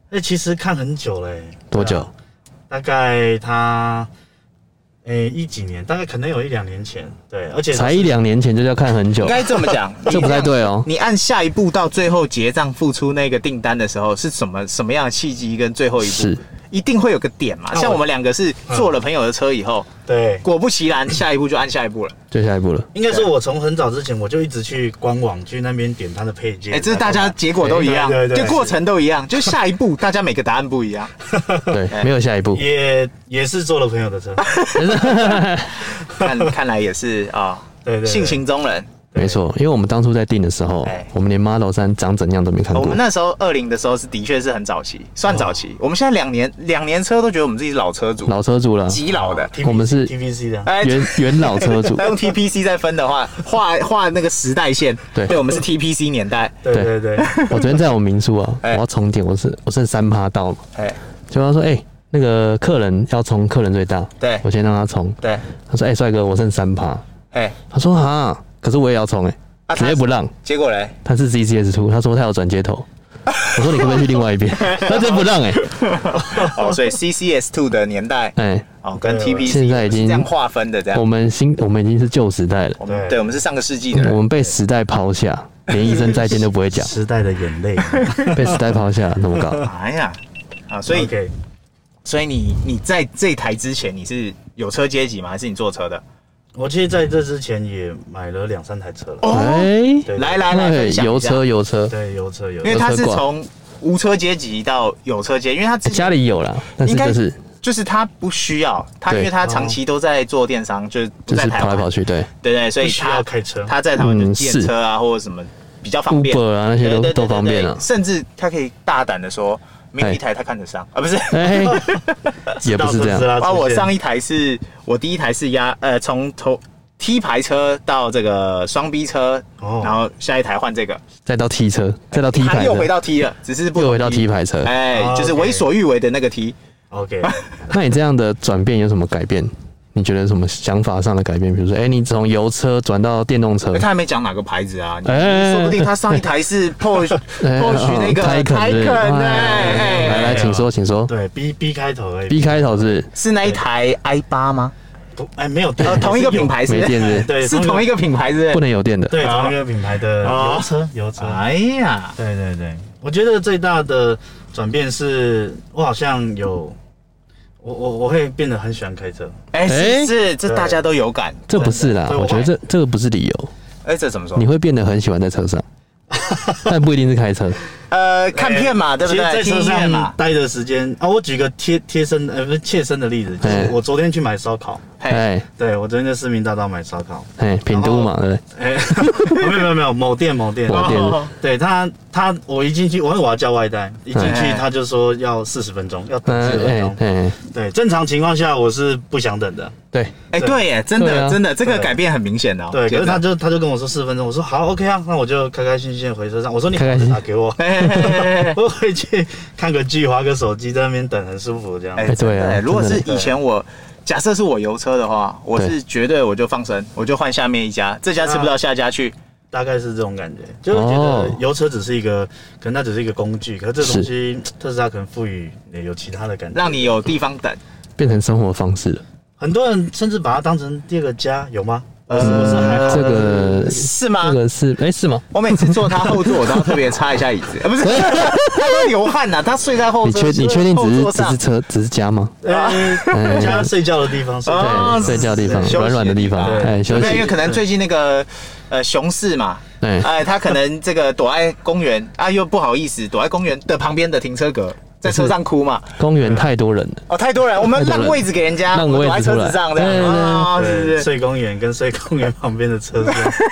[SPEAKER 3] 那哎其实看很久嘞、
[SPEAKER 1] 多久
[SPEAKER 3] 对啊？大概他，诶、一几年，大概可能有一两年前。对，而且
[SPEAKER 1] 才一两年前就要看很久，
[SPEAKER 2] 啊应，该这么讲
[SPEAKER 1] 这不太对哦。
[SPEAKER 2] 你按下一步到最后结账付出那个订单的时候，是什么什么样的契机跟最后一步
[SPEAKER 1] 是？嗯
[SPEAKER 2] 一定会有个点嘛？
[SPEAKER 3] 那我
[SPEAKER 2] 像我们两个是坐了朋友的车以后，
[SPEAKER 3] 对，
[SPEAKER 2] 果不其然，下一步就按下一步了。
[SPEAKER 1] 就下一步了。
[SPEAKER 3] 应该说我从很早之前我就一直去官网去那边点它的配件。
[SPEAKER 2] 哎，这是大家结果都一样
[SPEAKER 3] 对对，对
[SPEAKER 2] 就
[SPEAKER 3] 对
[SPEAKER 2] 过程都一样，就下一步大家每个答案不一样。
[SPEAKER 1] 对，
[SPEAKER 2] 哎
[SPEAKER 1] 没有下一步。
[SPEAKER 3] 也也是做了朋友 的车。
[SPEAKER 2] 看看来也是啊，
[SPEAKER 3] 对对对
[SPEAKER 2] 性情中人。
[SPEAKER 1] 没错，因为我们当初在定的时候
[SPEAKER 2] 哎，
[SPEAKER 1] 我们连 Model 三长怎样都没看
[SPEAKER 2] 我
[SPEAKER 1] 过
[SPEAKER 2] 们。那时候二零的时候是的确是很早期，算早期。我们现在两年两年车都觉得我们自己是老车主，
[SPEAKER 1] 老车主了，
[SPEAKER 2] 极老的。
[SPEAKER 3] TVC
[SPEAKER 1] 我们是
[SPEAKER 3] TVC 的。
[SPEAKER 2] 哎，
[SPEAKER 1] 元元老车主
[SPEAKER 2] 那。用 TPC 再分的话，画画那个时代线，
[SPEAKER 1] 对
[SPEAKER 2] 我们是 TPC 年代，
[SPEAKER 3] 对对对，
[SPEAKER 1] 我昨天在我民宿啊，我
[SPEAKER 2] 哎
[SPEAKER 1] 要重点，我是我剩三趴到嘛，
[SPEAKER 2] 哎，
[SPEAKER 1] 就他说，哎，那个客人要冲，客人最大，
[SPEAKER 2] 对
[SPEAKER 1] 我先让他冲。
[SPEAKER 2] 对，
[SPEAKER 1] 他说，哎，帅哥，我剩三趴。
[SPEAKER 2] 哎，
[SPEAKER 1] 他说，哈，可是我也要冲，哎，
[SPEAKER 2] 啊
[SPEAKER 1] 直
[SPEAKER 2] 他
[SPEAKER 1] 接不让。
[SPEAKER 2] 结果嘞，
[SPEAKER 1] 他是 ZCS Two，他说他有转接头。我说你可不可以去另外一 边？他真不让哎、
[SPEAKER 2] 哦，所以 CCS Two 的年代，
[SPEAKER 1] 哎、
[SPEAKER 2] 哦，跟 TPC
[SPEAKER 1] 现在已经
[SPEAKER 2] 是这样划分的，这
[SPEAKER 1] 我
[SPEAKER 2] 样，
[SPEAKER 1] 们新我们已经是旧时代了，
[SPEAKER 2] 我们
[SPEAKER 3] 对
[SPEAKER 2] 对，我们是上个世纪的
[SPEAKER 1] 我
[SPEAKER 2] 人，
[SPEAKER 1] 们被时代抛下，连一声再见都不 会讲，
[SPEAKER 3] 时代的眼泪。
[SPEAKER 1] 被时代抛下，怎么搞？
[SPEAKER 2] 哎呀，啊，所以
[SPEAKER 3] OK，
[SPEAKER 2] 所以你你在这台之前你是有车阶级吗？还是你坐车的？
[SPEAKER 3] 我其实在这之前也买了两三台车了。
[SPEAKER 1] 哎、
[SPEAKER 3] 对
[SPEAKER 2] 来哦来来，
[SPEAKER 1] 对，
[SPEAKER 2] 分享一
[SPEAKER 1] 油
[SPEAKER 2] 下
[SPEAKER 1] 车，油车，
[SPEAKER 3] 对，油车油车
[SPEAKER 2] 因为他是
[SPEAKER 1] 油车挂哎
[SPEAKER 2] 从无车阶级到有车阶，因为他之前
[SPEAKER 1] 家里有啦，但是
[SPEAKER 2] 应该
[SPEAKER 1] 就是
[SPEAKER 2] 就是他不需要，他
[SPEAKER 1] 对哦
[SPEAKER 2] 因为他长期都在做电商，就是不
[SPEAKER 1] 就
[SPEAKER 2] 在
[SPEAKER 1] 是
[SPEAKER 2] 台
[SPEAKER 1] 跑来
[SPEAKER 2] 湾，
[SPEAKER 1] 跑去，对
[SPEAKER 2] 对对，所以
[SPEAKER 3] 不需
[SPEAKER 2] 他
[SPEAKER 3] 要开车
[SPEAKER 2] 他在台湾就
[SPEAKER 1] 嗯
[SPEAKER 2] 电车啊、或者什么比较方便
[SPEAKER 1] ，Uber 啊那些
[SPEAKER 2] 对对
[SPEAKER 1] 都
[SPEAKER 2] 对
[SPEAKER 1] 都
[SPEAKER 2] 对
[SPEAKER 1] 方便了、啊
[SPEAKER 2] 对甚至他可以大胆的说，没有
[SPEAKER 1] 哎
[SPEAKER 2] 一台他看得上啊，不是。
[SPEAKER 1] 哎、也不
[SPEAKER 3] 到
[SPEAKER 1] 是这
[SPEAKER 3] 特斯
[SPEAKER 1] 样，
[SPEAKER 3] 拉
[SPEAKER 2] 啊，
[SPEAKER 3] 出
[SPEAKER 2] 我
[SPEAKER 3] 现
[SPEAKER 2] 上一台是我第一台是压呃从头 T 牌车到这个双 B 车，
[SPEAKER 3] 哦
[SPEAKER 2] 然后下一台换这个，
[SPEAKER 1] 再到 T 车，再到 T
[SPEAKER 2] 他
[SPEAKER 1] 牌
[SPEAKER 2] 又回
[SPEAKER 1] 车，
[SPEAKER 2] 到 T 了，只是不
[SPEAKER 1] 又
[SPEAKER 2] 同
[SPEAKER 1] 回到 T 牌车。
[SPEAKER 2] 哎，
[SPEAKER 3] 哦
[SPEAKER 2] 就是
[SPEAKER 3] OK
[SPEAKER 2] 为所欲为的那个 T。
[SPEAKER 3] OK，
[SPEAKER 1] 那你这样的转变有什么改变？你觉得什么想法上的改变？比如说，哎、你从油车转到电动车
[SPEAKER 2] 哎，他还没讲哪个牌子啊，你
[SPEAKER 1] 哦哎
[SPEAKER 2] 说不定他上一台是 Porsche
[SPEAKER 1] 哎
[SPEAKER 2] Porsche 那个
[SPEAKER 1] 开垦对
[SPEAKER 2] Taycan 呢，哎
[SPEAKER 1] 来来，请说，请说。
[SPEAKER 3] 对 B B 开头而已。
[SPEAKER 1] B 开头是
[SPEAKER 2] 是那一台 i 八吗？
[SPEAKER 3] 不，哎，没有，对
[SPEAKER 2] 呃，同一个品，牌是
[SPEAKER 1] 没
[SPEAKER 2] 不
[SPEAKER 1] 电
[SPEAKER 2] 是？
[SPEAKER 1] 是
[SPEAKER 3] 对，
[SPEAKER 2] 是同一
[SPEAKER 3] 个，
[SPEAKER 2] 个品牌是
[SPEAKER 1] 不
[SPEAKER 2] 不是？
[SPEAKER 1] 能有电的，
[SPEAKER 3] 对，同一个品牌的
[SPEAKER 2] 哦
[SPEAKER 3] 油车，油车。
[SPEAKER 2] 哎呀，
[SPEAKER 3] 对对对，我觉得最大的转变是我好像有，我我我会变得很喜欢开车。
[SPEAKER 2] 哎，
[SPEAKER 1] 哎
[SPEAKER 2] 是是，这大家都有感。
[SPEAKER 1] 这不是啦
[SPEAKER 3] 真，的
[SPEAKER 1] 我觉得这这个不是理由，
[SPEAKER 2] 哎，这怎么说
[SPEAKER 1] 你？会变得很喜欢在车 上，但不一定是开车，
[SPEAKER 2] 呃，看片嘛，对不
[SPEAKER 3] 哎其
[SPEAKER 2] 对？
[SPEAKER 3] 实在
[SPEAKER 2] 听
[SPEAKER 3] 车
[SPEAKER 2] 音乐
[SPEAKER 3] 上
[SPEAKER 2] 嘛。
[SPEAKER 3] 待的时间啊，我举个贴贴身呃不是切身的例子，就是
[SPEAKER 1] 哎
[SPEAKER 3] 我昨天去买烧烤，
[SPEAKER 2] 哎，
[SPEAKER 1] 哎
[SPEAKER 3] 对我昨天在市民大道买烧烤，
[SPEAKER 1] 哎，品都嘛，对不对？
[SPEAKER 3] 哎， 没有没有没有，某店某店，
[SPEAKER 1] 某店
[SPEAKER 2] 哦
[SPEAKER 3] 对他，他我一进去，我我要叫外带，一进去
[SPEAKER 2] 哎
[SPEAKER 3] 他就说要四十分钟，要等四十分
[SPEAKER 1] 嗯
[SPEAKER 3] 钟。
[SPEAKER 2] 哦
[SPEAKER 1] 哎哎，
[SPEAKER 3] 对，正常情况下我是不想等的，
[SPEAKER 1] 对，
[SPEAKER 2] 哎，对耶，真
[SPEAKER 1] 对啊
[SPEAKER 2] 的真的，这个
[SPEAKER 3] 对
[SPEAKER 2] 改变很明显的哦。
[SPEAKER 3] 对。可
[SPEAKER 2] 觉
[SPEAKER 3] 是
[SPEAKER 2] 得
[SPEAKER 3] 他就他就跟我说四十分钟，我说好 OK 啊，那我就开开心心地回车上。我说你
[SPEAKER 1] 开开心心
[SPEAKER 3] 打给我，
[SPEAKER 2] 哎哎哎哎哎
[SPEAKER 3] 我回去看个剧，划个手机，在那边等很舒服这样。
[SPEAKER 2] 哎，
[SPEAKER 1] 哎对啊
[SPEAKER 2] 真的如果
[SPEAKER 1] 真的
[SPEAKER 2] 是以前我假设是我油车的话，我
[SPEAKER 1] 对
[SPEAKER 2] 是绝对我就放生，我就换下面一家，这家吃不到下家去。
[SPEAKER 3] 大概是这种感觉，就是觉
[SPEAKER 1] 哦
[SPEAKER 3] 得油车只是一个，可能它只是一个工具，可是这
[SPEAKER 1] 是
[SPEAKER 3] 东西特斯拉可能赋予你有其他的感觉。
[SPEAKER 2] 让你有地方等。
[SPEAKER 1] 变成生活方式了。
[SPEAKER 3] 很多人甚至把它当成第二个家，有吗？
[SPEAKER 2] 呃
[SPEAKER 3] 我是还好
[SPEAKER 1] 嗯这个
[SPEAKER 2] 是吗
[SPEAKER 1] 这个是哎、是吗？
[SPEAKER 2] 我每次坐他后座，我都要特别擦一下椅 子，啊、不是，他会流汗呐、他睡在后
[SPEAKER 1] 你
[SPEAKER 2] 座，
[SPEAKER 1] 确你确定
[SPEAKER 2] 后
[SPEAKER 1] 只是
[SPEAKER 2] 座
[SPEAKER 1] 只
[SPEAKER 2] 上
[SPEAKER 1] 是车只是家吗？哎
[SPEAKER 3] 呃，家睡觉的地方，睡
[SPEAKER 2] 哦
[SPEAKER 3] 觉
[SPEAKER 1] 对，
[SPEAKER 3] 的
[SPEAKER 1] 睡
[SPEAKER 3] 地
[SPEAKER 1] 觉的地方
[SPEAKER 2] 休息，的
[SPEAKER 1] 软软的地方，
[SPEAKER 3] 地方
[SPEAKER 1] 哎，休
[SPEAKER 2] 没有因为
[SPEAKER 1] 息，
[SPEAKER 2] 可能最近那个呃熊市嘛，
[SPEAKER 1] 哎，
[SPEAKER 2] 哎，他可能这个躲在公园啊，又不好意思躲在公园的旁边的停车格，在车上哭嘛。
[SPEAKER 1] 公园太多人了，
[SPEAKER 2] 哦，太多人，我们
[SPEAKER 1] 太多人
[SPEAKER 2] 让位置给人 家，
[SPEAKER 1] 让
[SPEAKER 2] 我们
[SPEAKER 1] 位
[SPEAKER 2] 躲在
[SPEAKER 1] 置出
[SPEAKER 2] 车
[SPEAKER 1] 来
[SPEAKER 2] 子上这
[SPEAKER 1] 对
[SPEAKER 2] 样
[SPEAKER 1] 对对
[SPEAKER 2] 啊，是不
[SPEAKER 3] 对，
[SPEAKER 2] 是？
[SPEAKER 3] 睡公园跟睡公园旁边的车 子，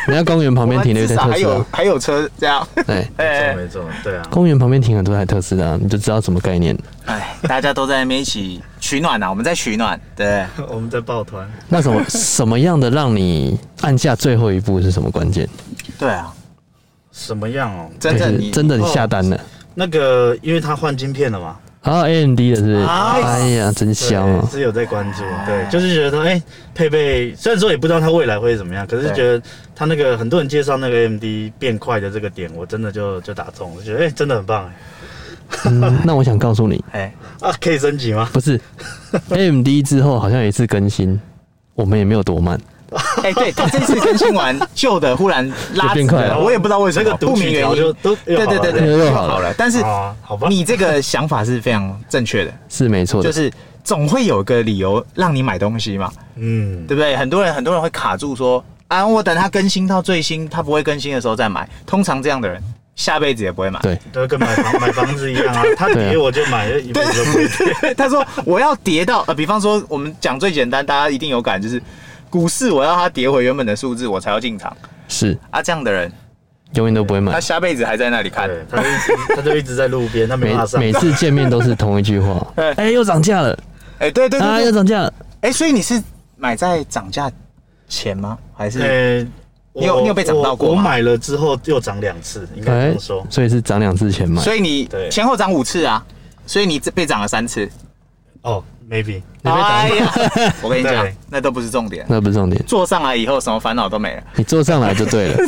[SPEAKER 1] 人家公园旁
[SPEAKER 2] 我
[SPEAKER 1] 边
[SPEAKER 2] 们
[SPEAKER 1] 停了一
[SPEAKER 2] 哎
[SPEAKER 1] 台
[SPEAKER 2] 至少
[SPEAKER 1] 特
[SPEAKER 2] 还
[SPEAKER 1] 斯
[SPEAKER 2] 有
[SPEAKER 1] 拉，
[SPEAKER 2] 还有车这 样，
[SPEAKER 1] 对，
[SPEAKER 3] 没错
[SPEAKER 2] 哎
[SPEAKER 3] 没错，对啊，
[SPEAKER 1] 公园旁边停很多台特斯拉，你就知道什么概念了。
[SPEAKER 2] 哎，大家都在那边一起取暖啊呐，我们在取暖，对。
[SPEAKER 3] 我们在抱团，
[SPEAKER 1] 那什么什么样的让你按下最后一步是什么关键？
[SPEAKER 2] 对啊，
[SPEAKER 3] 什么样哦？
[SPEAKER 2] 真
[SPEAKER 1] 就
[SPEAKER 2] 的
[SPEAKER 1] 是
[SPEAKER 2] 你哦
[SPEAKER 1] 真的你下单了
[SPEAKER 3] 那个，因为它换晶片了嘛，
[SPEAKER 1] 啊？AMD 的是不是？
[SPEAKER 2] 哎
[SPEAKER 1] 哎呀，真
[SPEAKER 3] 对
[SPEAKER 1] 香啊！
[SPEAKER 3] 是有在关注，对，就是觉得说，哎、配备虽然说也不知道它未来会怎么样，可是觉得它那个很多人介绍那个 AMD 变快的这个点，我真的就就打中，我觉得哎、真的很棒哎、
[SPEAKER 1] 嗯那我想告诉你，
[SPEAKER 2] 哎，
[SPEAKER 3] 啊，可以升级吗？
[SPEAKER 1] 不是 AMD 之后好像有一次更新，我们也没有多慢，
[SPEAKER 2] 哎，对他这次更新完旧的忽然拉
[SPEAKER 1] 就
[SPEAKER 2] 直
[SPEAKER 1] 变快
[SPEAKER 2] 了，
[SPEAKER 1] 了
[SPEAKER 2] 我也不知道为什
[SPEAKER 3] 这
[SPEAKER 2] 么
[SPEAKER 3] 个，
[SPEAKER 2] 不
[SPEAKER 3] 读
[SPEAKER 2] 明
[SPEAKER 3] 取
[SPEAKER 2] 原
[SPEAKER 3] 条
[SPEAKER 2] 因
[SPEAKER 3] 就。都
[SPEAKER 2] 对对对对，
[SPEAKER 1] 又
[SPEAKER 2] 又
[SPEAKER 1] 好了
[SPEAKER 2] 好了，但是
[SPEAKER 3] 啊，好吧，
[SPEAKER 2] 你这个想法是非常正确的，
[SPEAKER 1] 是没错的
[SPEAKER 2] 就。是总会有个理由让你买东西嘛，
[SPEAKER 3] 嗯，
[SPEAKER 2] 对不对？很多人很多人会卡住说啊，我等它更新到最新，它不会更新的时候再买。通常这样的人下辈子也不会买。
[SPEAKER 1] 对，
[SPEAKER 3] 就跟买房买房子一 样啊，它跌我就买，一辈子都不会跌。
[SPEAKER 2] 他说我要跌到呃，比方说我们讲最简单，大家一定有感，就是股市我要它跌回原本的数字，我才要进场
[SPEAKER 1] 是
[SPEAKER 2] 啊。这样的人，
[SPEAKER 1] 永远都不会
[SPEAKER 2] 他
[SPEAKER 1] 买。
[SPEAKER 2] 下辈子还在那里看。
[SPEAKER 3] 对，他就一直他就一直在路边，他没
[SPEAKER 1] 每
[SPEAKER 3] 办法上。
[SPEAKER 1] 每次见面都是同一句话
[SPEAKER 2] 对，
[SPEAKER 1] 哎，又涨价了，
[SPEAKER 2] 哎、对对对
[SPEAKER 1] 啊，
[SPEAKER 2] 对
[SPEAKER 1] 又涨价了，
[SPEAKER 2] 哎、所以你是买在涨价前吗？还是？
[SPEAKER 3] 呃，
[SPEAKER 2] 你有
[SPEAKER 3] 我
[SPEAKER 2] 你有被涨到过
[SPEAKER 3] 我？
[SPEAKER 2] 吗
[SPEAKER 3] 我买了之后又涨两次，应该这样说。
[SPEAKER 1] 哎所以是涨两次钱买，
[SPEAKER 2] 所以你
[SPEAKER 3] 对
[SPEAKER 2] 前后涨五次啊，所以你这被涨了三次。
[SPEAKER 3] 哦
[SPEAKER 1] 你
[SPEAKER 3] ，maybe，
[SPEAKER 1] 被涨
[SPEAKER 2] 哎呀， 我跟你讲
[SPEAKER 3] 对，
[SPEAKER 2] 那都不是重点。
[SPEAKER 1] 那不是重点，
[SPEAKER 2] 坐上来以后，什么烦恼都没了。
[SPEAKER 1] 你坐上来就对了。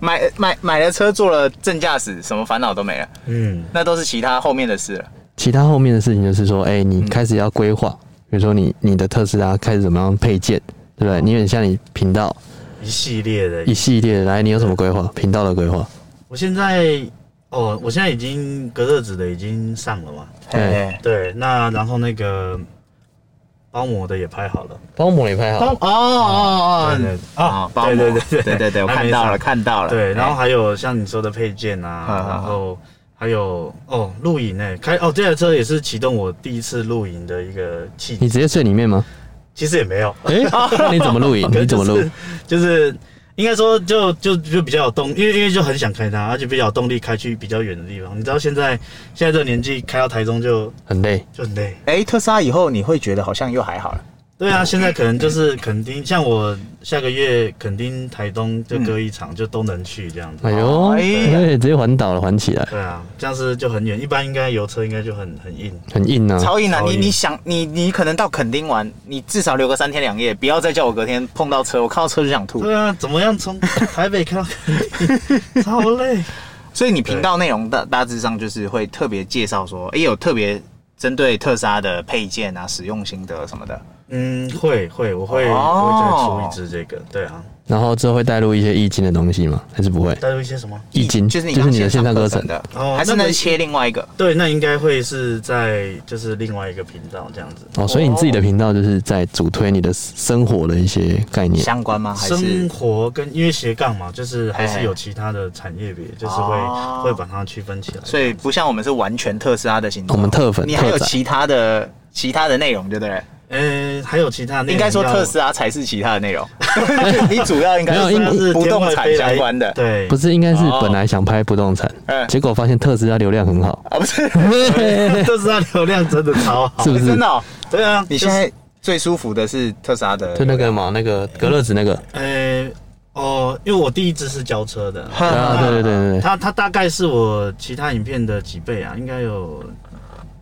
[SPEAKER 2] 买买买了车，坐了正驾驶，什么烦恼都没了。
[SPEAKER 3] 嗯，
[SPEAKER 2] 那都是其他后面的事了。
[SPEAKER 1] 其他后面的事情就是说，哎、你开始要规划，比如说你你的特斯拉开始怎么样配件，对不对？你有点像你频道
[SPEAKER 3] 一系列的
[SPEAKER 1] 一系列的来，哎你有什么规划？频道的规划，
[SPEAKER 3] 我现在哦，我现在已经隔热纸的已经上了嘛。
[SPEAKER 1] 对
[SPEAKER 2] 哎，
[SPEAKER 3] 对，那然后那个包膜的也拍好了。
[SPEAKER 1] 包膜也拍好
[SPEAKER 2] 哦哦
[SPEAKER 3] 对对
[SPEAKER 2] 哦，包
[SPEAKER 3] 对
[SPEAKER 2] 膜
[SPEAKER 3] 对对
[SPEAKER 2] 对对对，我
[SPEAKER 3] 还
[SPEAKER 2] 看
[SPEAKER 3] 没
[SPEAKER 2] 到了
[SPEAKER 3] 上
[SPEAKER 2] 看到了。
[SPEAKER 3] 对，然后
[SPEAKER 2] 哎
[SPEAKER 3] 还有像你说的配件
[SPEAKER 2] 好
[SPEAKER 3] 啊
[SPEAKER 2] 好，
[SPEAKER 3] 然后还有哦露营诶、开哦这台车也是启动我第一次露营的一个契
[SPEAKER 1] 你
[SPEAKER 3] 机，
[SPEAKER 1] 直接睡里面吗？
[SPEAKER 3] 其实也没有，
[SPEAKER 1] 哎、你怎么录影？你怎么录？
[SPEAKER 3] 就是？就是应该说就，就就比较有动，因为因为就很想开它，而且比较有动力开去比较远的地方。你知道现在现在这个年纪开到台中就
[SPEAKER 1] 很累，
[SPEAKER 3] 就很累，
[SPEAKER 2] 哎，特斯拉以后你会觉得好像又还好了。
[SPEAKER 3] 对啊，现在可能就是 垦丁，像我下个月垦丁、台东就各一场，就都能去这样子。
[SPEAKER 1] 哎呦，
[SPEAKER 2] 哎
[SPEAKER 1] 哎、
[SPEAKER 2] 呀
[SPEAKER 1] 直接环岛了，环起来，
[SPEAKER 3] 对啊，这样是就很远，一般应该油车应该就很很硬。
[SPEAKER 1] 很硬啊。
[SPEAKER 2] 超硬啊！
[SPEAKER 3] 超
[SPEAKER 2] 你
[SPEAKER 3] 硬
[SPEAKER 2] 你想你你可能到垦丁玩，你至少留个三天两夜，不要再叫我隔天碰到车，我看到车就想吐
[SPEAKER 3] 对。啊，怎么样从 台北开到垦丁，超累。
[SPEAKER 2] 所以你频道内容大大致上就是会特别介绍说，也有特别针对特斯拉的配件啊、使用心得什么的。
[SPEAKER 3] 嗯，会会，我会、
[SPEAKER 2] 哦
[SPEAKER 3] 我会再出一支这个。对啊，
[SPEAKER 1] 然后之后会带入一些易经的东西吗？还是不会？
[SPEAKER 3] 带入一些什么？
[SPEAKER 1] 易经
[SPEAKER 2] 就是你
[SPEAKER 1] 就
[SPEAKER 2] 刚
[SPEAKER 1] 是
[SPEAKER 2] 刚
[SPEAKER 1] 你的
[SPEAKER 2] 线
[SPEAKER 1] 线上课
[SPEAKER 2] 程
[SPEAKER 1] 程
[SPEAKER 2] 的，
[SPEAKER 3] 哦
[SPEAKER 2] 还是
[SPEAKER 3] 那
[SPEAKER 2] 能
[SPEAKER 3] 个
[SPEAKER 2] 切另外一个？
[SPEAKER 3] 对，那应该会是在就是另外一个频道这样子，
[SPEAKER 1] 哦，所以你自己的频道就是在主推你的生活的一些概念。
[SPEAKER 2] 相关吗？还
[SPEAKER 3] 生
[SPEAKER 2] 是
[SPEAKER 3] 活跟因为斜杠嘛，就是还
[SPEAKER 2] 哎
[SPEAKER 3] 是有其他的产业别，就是会、
[SPEAKER 2] 哦
[SPEAKER 3] 会把它区分起来。
[SPEAKER 2] 所以不像我们是完全特斯拉的形状，
[SPEAKER 1] 我们特粉
[SPEAKER 2] 你还有
[SPEAKER 1] 特仔
[SPEAKER 2] 其他的其他的内容，对不对？
[SPEAKER 3] 呃，还有其他内容
[SPEAKER 2] 应该说
[SPEAKER 3] 要
[SPEAKER 2] 特斯拉才是其他的内 容，你主要应该
[SPEAKER 1] 没有
[SPEAKER 3] 它
[SPEAKER 2] 是
[SPEAKER 3] 是
[SPEAKER 2] 不
[SPEAKER 3] 天
[SPEAKER 2] 动
[SPEAKER 3] 外
[SPEAKER 2] 产
[SPEAKER 3] 飞来
[SPEAKER 2] 相关的。
[SPEAKER 3] 对，
[SPEAKER 1] 不是，应该是
[SPEAKER 2] 哦
[SPEAKER 1] 本来想拍不动产，
[SPEAKER 2] 嗯
[SPEAKER 1] 结果发现特斯拉流量很 好，
[SPEAKER 2] 啊，不是，
[SPEAKER 3] 特斯拉流量真的超好
[SPEAKER 1] 是。不是？
[SPEAKER 2] 真的哦、
[SPEAKER 3] 对啊，
[SPEAKER 2] 你现在最舒服的是特斯拉的，
[SPEAKER 1] 就那个嘛，那个隔热纸那个，
[SPEAKER 3] 呃哦，因为我第一支是轿车的，
[SPEAKER 2] 嗯
[SPEAKER 1] 啊，对对对对对，
[SPEAKER 3] 它它大概是我其他影片的几倍啊，应该有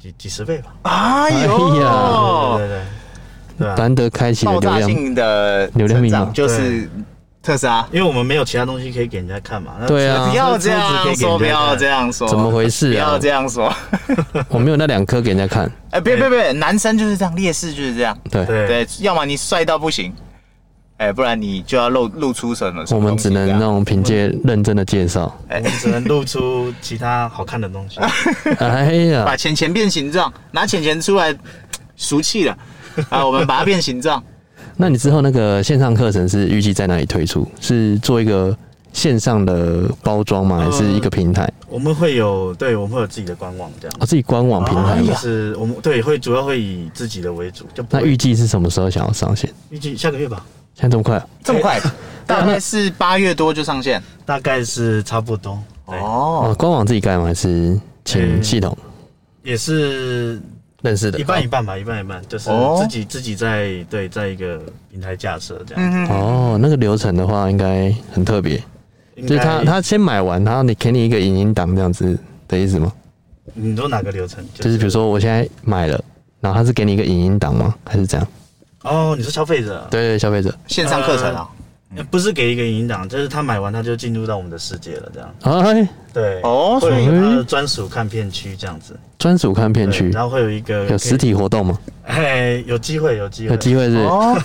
[SPEAKER 3] 几几十倍吧。
[SPEAKER 2] 哎
[SPEAKER 1] 哎
[SPEAKER 2] 呦，
[SPEAKER 1] 呀
[SPEAKER 3] 对对对，对啊，
[SPEAKER 1] 难得开启了
[SPEAKER 2] 爆
[SPEAKER 1] 流
[SPEAKER 2] 炸
[SPEAKER 1] 量，
[SPEAKER 2] 性的
[SPEAKER 1] 流量
[SPEAKER 2] 成
[SPEAKER 1] 密码
[SPEAKER 2] 长就是特斯拉。
[SPEAKER 3] 因为我们没有其他东西可以给人家看嘛。那
[SPEAKER 1] 对啊
[SPEAKER 2] 不要这样说，不要这
[SPEAKER 3] 样。
[SPEAKER 2] 样说，
[SPEAKER 1] 怎么回事
[SPEAKER 2] 不
[SPEAKER 1] 啊
[SPEAKER 2] 要这样说，
[SPEAKER 1] 我没有那两颗给人家看，
[SPEAKER 2] 哎，别别别，男生就是这样，劣势就是这样，
[SPEAKER 1] 对，
[SPEAKER 3] 对
[SPEAKER 2] 对，要么你帅到不行，哎，不然你就要露露出什么什
[SPEAKER 1] 我
[SPEAKER 2] 么
[SPEAKER 1] 们
[SPEAKER 2] 东西
[SPEAKER 1] 只能
[SPEAKER 2] 这
[SPEAKER 1] 那
[SPEAKER 2] 样
[SPEAKER 1] 种凭借认真的介 绍。
[SPEAKER 3] 我们哎只能露出其他好看的东 西。
[SPEAKER 1] 哎
[SPEAKER 2] 把
[SPEAKER 1] 呀，
[SPEAKER 2] 钱钱变形状，拿钱钱出来，俗气 了啊！我们把它变形状，
[SPEAKER 1] 那你之后那个线上课程是预计在哪里推出？是做一个线上的包装
[SPEAKER 3] 呃
[SPEAKER 1] 吗？还是一个平台？
[SPEAKER 3] 我们会有，对，我们会有自己的官网这样。
[SPEAKER 1] 哦，自己官网平台
[SPEAKER 3] 就
[SPEAKER 1] 吗？
[SPEAKER 3] 是我们对会主要会以自己的为主，就不
[SPEAKER 1] 那
[SPEAKER 3] 会
[SPEAKER 1] 预计是什么时候想要上线？
[SPEAKER 3] 预计下个月吧，
[SPEAKER 1] 现在这么快啊？
[SPEAKER 2] 这么快，哎大概是八月多就上线
[SPEAKER 3] 大概是差不多。对，
[SPEAKER 1] 哦，
[SPEAKER 2] 哦。
[SPEAKER 1] 官网自己盖吗？还是请系统
[SPEAKER 3] 也是
[SPEAKER 1] 认识的？
[SPEAKER 3] 一半一半吧，一半一半，就是
[SPEAKER 2] 哦
[SPEAKER 3] 自己自己在对在一个平台架设这样。
[SPEAKER 2] 嗯哼，
[SPEAKER 1] 哦，那个流程的话应该很特别，
[SPEAKER 3] 应
[SPEAKER 1] 就是他
[SPEAKER 3] 该
[SPEAKER 1] 他先买完，然后你给你一个影音档这样子的意思吗？
[SPEAKER 3] 你说哪个流程？
[SPEAKER 1] 就是比如说我现在买了，然后他是给你一个影音档吗？还是怎样？
[SPEAKER 3] 哦，你说消费者
[SPEAKER 1] 对对，消费者
[SPEAKER 2] 线上课程啊，
[SPEAKER 1] 嗯
[SPEAKER 3] 呃不是给一个引导，就是他买完他就进入到我们的世界了这样。
[SPEAKER 1] 哎，
[SPEAKER 3] 对，
[SPEAKER 2] 哦
[SPEAKER 3] 会有一
[SPEAKER 1] 所以
[SPEAKER 3] 个他的专属看片区这样子。
[SPEAKER 1] 专属看片
[SPEAKER 3] 对
[SPEAKER 1] 区
[SPEAKER 3] 然后会有一个
[SPEAKER 1] 有实，体活动吗？
[SPEAKER 3] 哎，有机会，有机
[SPEAKER 1] 有
[SPEAKER 3] 会。
[SPEAKER 1] 机会是不是？
[SPEAKER 2] 哦，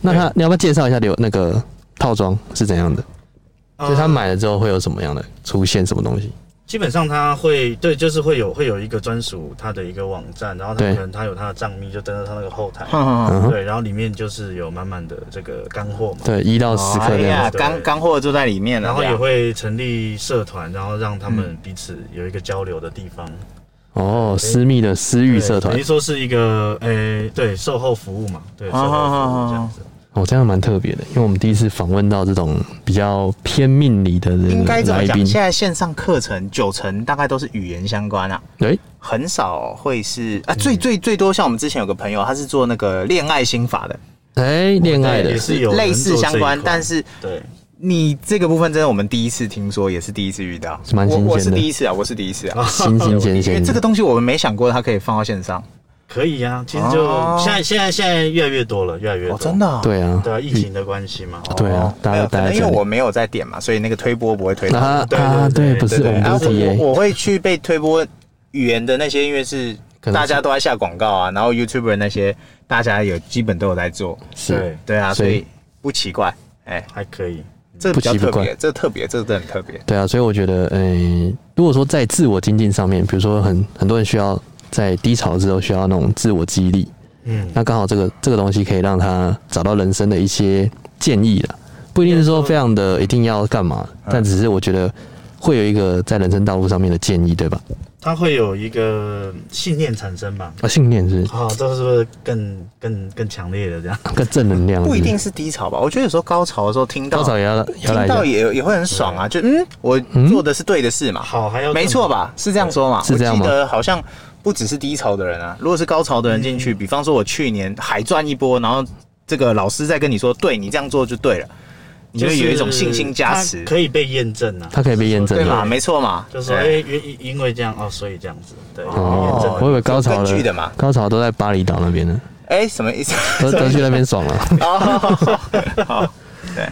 [SPEAKER 1] 那他你要不要介绍一下流那个套装是怎样的？
[SPEAKER 3] 嗯
[SPEAKER 1] 就是他买了之后会有什么样的出现什么东西？
[SPEAKER 3] 基本上他会对，就是会有会有一个专属他的一个网站，然后他
[SPEAKER 1] 对
[SPEAKER 3] 可能他有他的账密，就登到他那个后台。
[SPEAKER 2] 哼哼哼
[SPEAKER 1] 嗯哼，
[SPEAKER 3] 对，然后里面就是有满满的这个干货嘛。
[SPEAKER 1] 对，一到十
[SPEAKER 2] 哎
[SPEAKER 1] 克这样
[SPEAKER 2] 呀，
[SPEAKER 1] 子。
[SPEAKER 3] 对
[SPEAKER 2] 干干货就在里面了，
[SPEAKER 3] 然后
[SPEAKER 2] 这
[SPEAKER 3] 也
[SPEAKER 2] 样
[SPEAKER 3] 会成立社团，然后让他们彼此有一个交流的地方。
[SPEAKER 1] 哦，私密的私域社团
[SPEAKER 3] 等于，说是一个诶、对售后服务嘛，对售
[SPEAKER 2] 啊
[SPEAKER 3] 后服
[SPEAKER 2] 啊
[SPEAKER 3] 务
[SPEAKER 2] 啊
[SPEAKER 3] 这样子。
[SPEAKER 1] 哦，这样蛮特别的，因为我们第一次访问到这种比较偏命理的人
[SPEAKER 2] 应该怎么
[SPEAKER 1] 呃来
[SPEAKER 2] 讲？
[SPEAKER 1] 宾，
[SPEAKER 2] 现在线上课程九成大概都是语言相关啊，
[SPEAKER 1] 哎、
[SPEAKER 2] 很少会是啊，
[SPEAKER 1] 嗯
[SPEAKER 2] 最最最多像我们之前有个朋友，他是做那个恋爱心法的，
[SPEAKER 1] 哎，恋爱的
[SPEAKER 3] 也是有人
[SPEAKER 2] 类似
[SPEAKER 3] 做这
[SPEAKER 2] 相
[SPEAKER 3] 一
[SPEAKER 2] 关，
[SPEAKER 3] 块
[SPEAKER 2] 但是
[SPEAKER 3] 对，
[SPEAKER 2] 你这个部分真的我们第一次听说，也是第一次遇到，
[SPEAKER 1] 蛮新鲜的
[SPEAKER 2] 我我是第一次啊，我是第一次啊，
[SPEAKER 1] 新新鲜
[SPEAKER 2] 因为
[SPEAKER 1] 鲜，
[SPEAKER 2] 这个东西我们没想过它可以放到线上。
[SPEAKER 3] 可以呀、其实就、
[SPEAKER 2] 哦
[SPEAKER 3] 现在现在现在越来越多了，越来越多。
[SPEAKER 2] 哦，真的、啊。
[SPEAKER 1] 对啊，
[SPEAKER 3] 对啊，疫情的关系嘛。
[SPEAKER 1] 哦对啊
[SPEAKER 2] 哦
[SPEAKER 1] 大家
[SPEAKER 2] 没有
[SPEAKER 1] 大家
[SPEAKER 2] 可能因
[SPEAKER 1] 这
[SPEAKER 2] 为
[SPEAKER 1] 里
[SPEAKER 2] 我没有在点嘛，所以那个推播不会推到。
[SPEAKER 1] 啊
[SPEAKER 3] 对
[SPEAKER 1] 啊，对，
[SPEAKER 3] 对对
[SPEAKER 1] 不是
[SPEAKER 3] 对
[SPEAKER 1] 我们
[SPEAKER 3] 对
[SPEAKER 1] 都
[SPEAKER 2] 然后
[SPEAKER 1] 是
[SPEAKER 2] 我
[SPEAKER 1] TA，
[SPEAKER 2] 我会去被推播语言的那些，因为是
[SPEAKER 1] 可能是
[SPEAKER 2] 大家都在下广告啊，然后 YouTuber 那些大家有基本都有在做，
[SPEAKER 1] 是
[SPEAKER 3] 对，
[SPEAKER 2] 对啊，
[SPEAKER 1] 所
[SPEAKER 2] 所
[SPEAKER 1] 以
[SPEAKER 2] 以不奇怪。哎、
[SPEAKER 3] 还可以。
[SPEAKER 2] 这比较
[SPEAKER 1] 不奇
[SPEAKER 2] 特
[SPEAKER 1] 不怪
[SPEAKER 2] 别，这特别，这真的很特别。
[SPEAKER 1] 对啊，所以我觉得，嗯、如果说在自我精进上面，比如说很很多人需要在低潮之后需要那种自我激励，
[SPEAKER 3] 嗯，
[SPEAKER 1] 那刚好这个这个东西可以让他找到人生的一些建议啦，不一定是说非常的一定要干嘛，
[SPEAKER 2] 嗯
[SPEAKER 1] 但只是我觉得会有一个在人生道路上面的建议，对吧？
[SPEAKER 3] 它会有一个信念产生吧。
[SPEAKER 1] 啊，信念是
[SPEAKER 3] 啊，这是不是更更更强烈的这样？
[SPEAKER 1] 更正能量是
[SPEAKER 2] 不
[SPEAKER 1] 是
[SPEAKER 2] 一定是低潮吧？我觉得有时候高潮的时候听到
[SPEAKER 1] 高潮也要也要来
[SPEAKER 2] 听
[SPEAKER 1] 一下
[SPEAKER 2] 到，也也会很爽啊，就嗯，我做的是对的事嘛，
[SPEAKER 3] 好，还要
[SPEAKER 2] 没错吧？是这样说嘛？
[SPEAKER 1] 是这样吗
[SPEAKER 2] 我记得好像不只是低潮的人啊，如果是高潮的人进去，比方说我去年海赚一波，然后这个老师在跟你说，对你这样做就对了，你
[SPEAKER 3] 更？
[SPEAKER 2] 就会
[SPEAKER 3] 是
[SPEAKER 2] 有一种信心加持
[SPEAKER 3] 它，可以被验证啊。
[SPEAKER 1] 它可以被验证
[SPEAKER 2] 对
[SPEAKER 1] 嘛
[SPEAKER 2] 嘛？没错嘛，
[SPEAKER 3] 就是说，哎、
[SPEAKER 2] 对
[SPEAKER 3] 因因为这样哦，所以这样子，对，验证
[SPEAKER 1] 哦
[SPEAKER 3] 了。，
[SPEAKER 1] 我以为高潮
[SPEAKER 2] 根据的
[SPEAKER 1] 了
[SPEAKER 2] 嘛，
[SPEAKER 1] 高潮都在巴厘岛那边呢，
[SPEAKER 2] 哎，什么意 思？
[SPEAKER 1] 都都去那边爽了。
[SPEAKER 2] 哦，好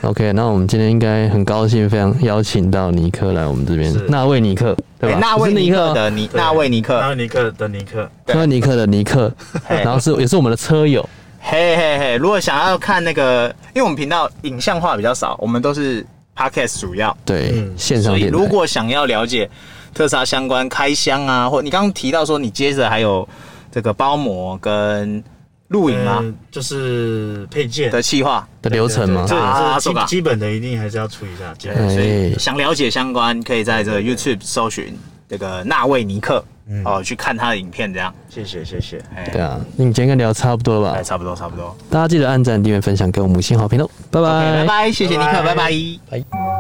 [SPEAKER 1] OK，那我们今天应该很高兴，非常邀请到尼克来我们这边
[SPEAKER 3] 是。
[SPEAKER 1] 那位尼克，对吧？
[SPEAKER 2] 哎纳
[SPEAKER 1] 不
[SPEAKER 2] 维
[SPEAKER 1] 是
[SPEAKER 2] 尼克
[SPEAKER 1] 哦
[SPEAKER 2] 的尼，
[SPEAKER 3] 对
[SPEAKER 2] 纳维尼克
[SPEAKER 3] 纳，维尼克的尼克，
[SPEAKER 2] 对
[SPEAKER 1] 纳维尼克的尼克，
[SPEAKER 2] 嘿
[SPEAKER 1] 然后是也是我们的车友，
[SPEAKER 2] 嘿嘿嘿！如果想要看那个，因为我们频道影像化比较少，我们都是 podcast 主要，
[SPEAKER 1] 对，
[SPEAKER 3] 嗯
[SPEAKER 1] 线上
[SPEAKER 2] 所以
[SPEAKER 1] 电台。
[SPEAKER 2] 如果想要了解特斯拉相关开箱啊，或你刚刚提到说你接着还有这个包膜跟录影啊
[SPEAKER 3] 呃就是配
[SPEAKER 1] 呃
[SPEAKER 3] 件
[SPEAKER 2] 的企划，
[SPEAKER 1] 的流程吗
[SPEAKER 3] 这？
[SPEAKER 2] 啊
[SPEAKER 3] 这
[SPEAKER 2] 是吧
[SPEAKER 3] 基基本的一定还是要处理一下，基本
[SPEAKER 1] 哎
[SPEAKER 2] 所以想了解相关，可以在这个 YouTube 搜寻这个纳维尼克
[SPEAKER 3] 嗯
[SPEAKER 2] 哦，去看他的影片，这样，
[SPEAKER 3] 谢谢谢谢，
[SPEAKER 2] 哎
[SPEAKER 1] 对，啊，那你今天应该聊差不多了吧
[SPEAKER 2] 哎，？差不多差不多，
[SPEAKER 1] 大家记得按赞、订阅、分享，给我们五星好评哦，拜
[SPEAKER 2] OK，拜拜，谢谢尼克，
[SPEAKER 3] 拜拜
[SPEAKER 2] 拜拜
[SPEAKER 1] 拜。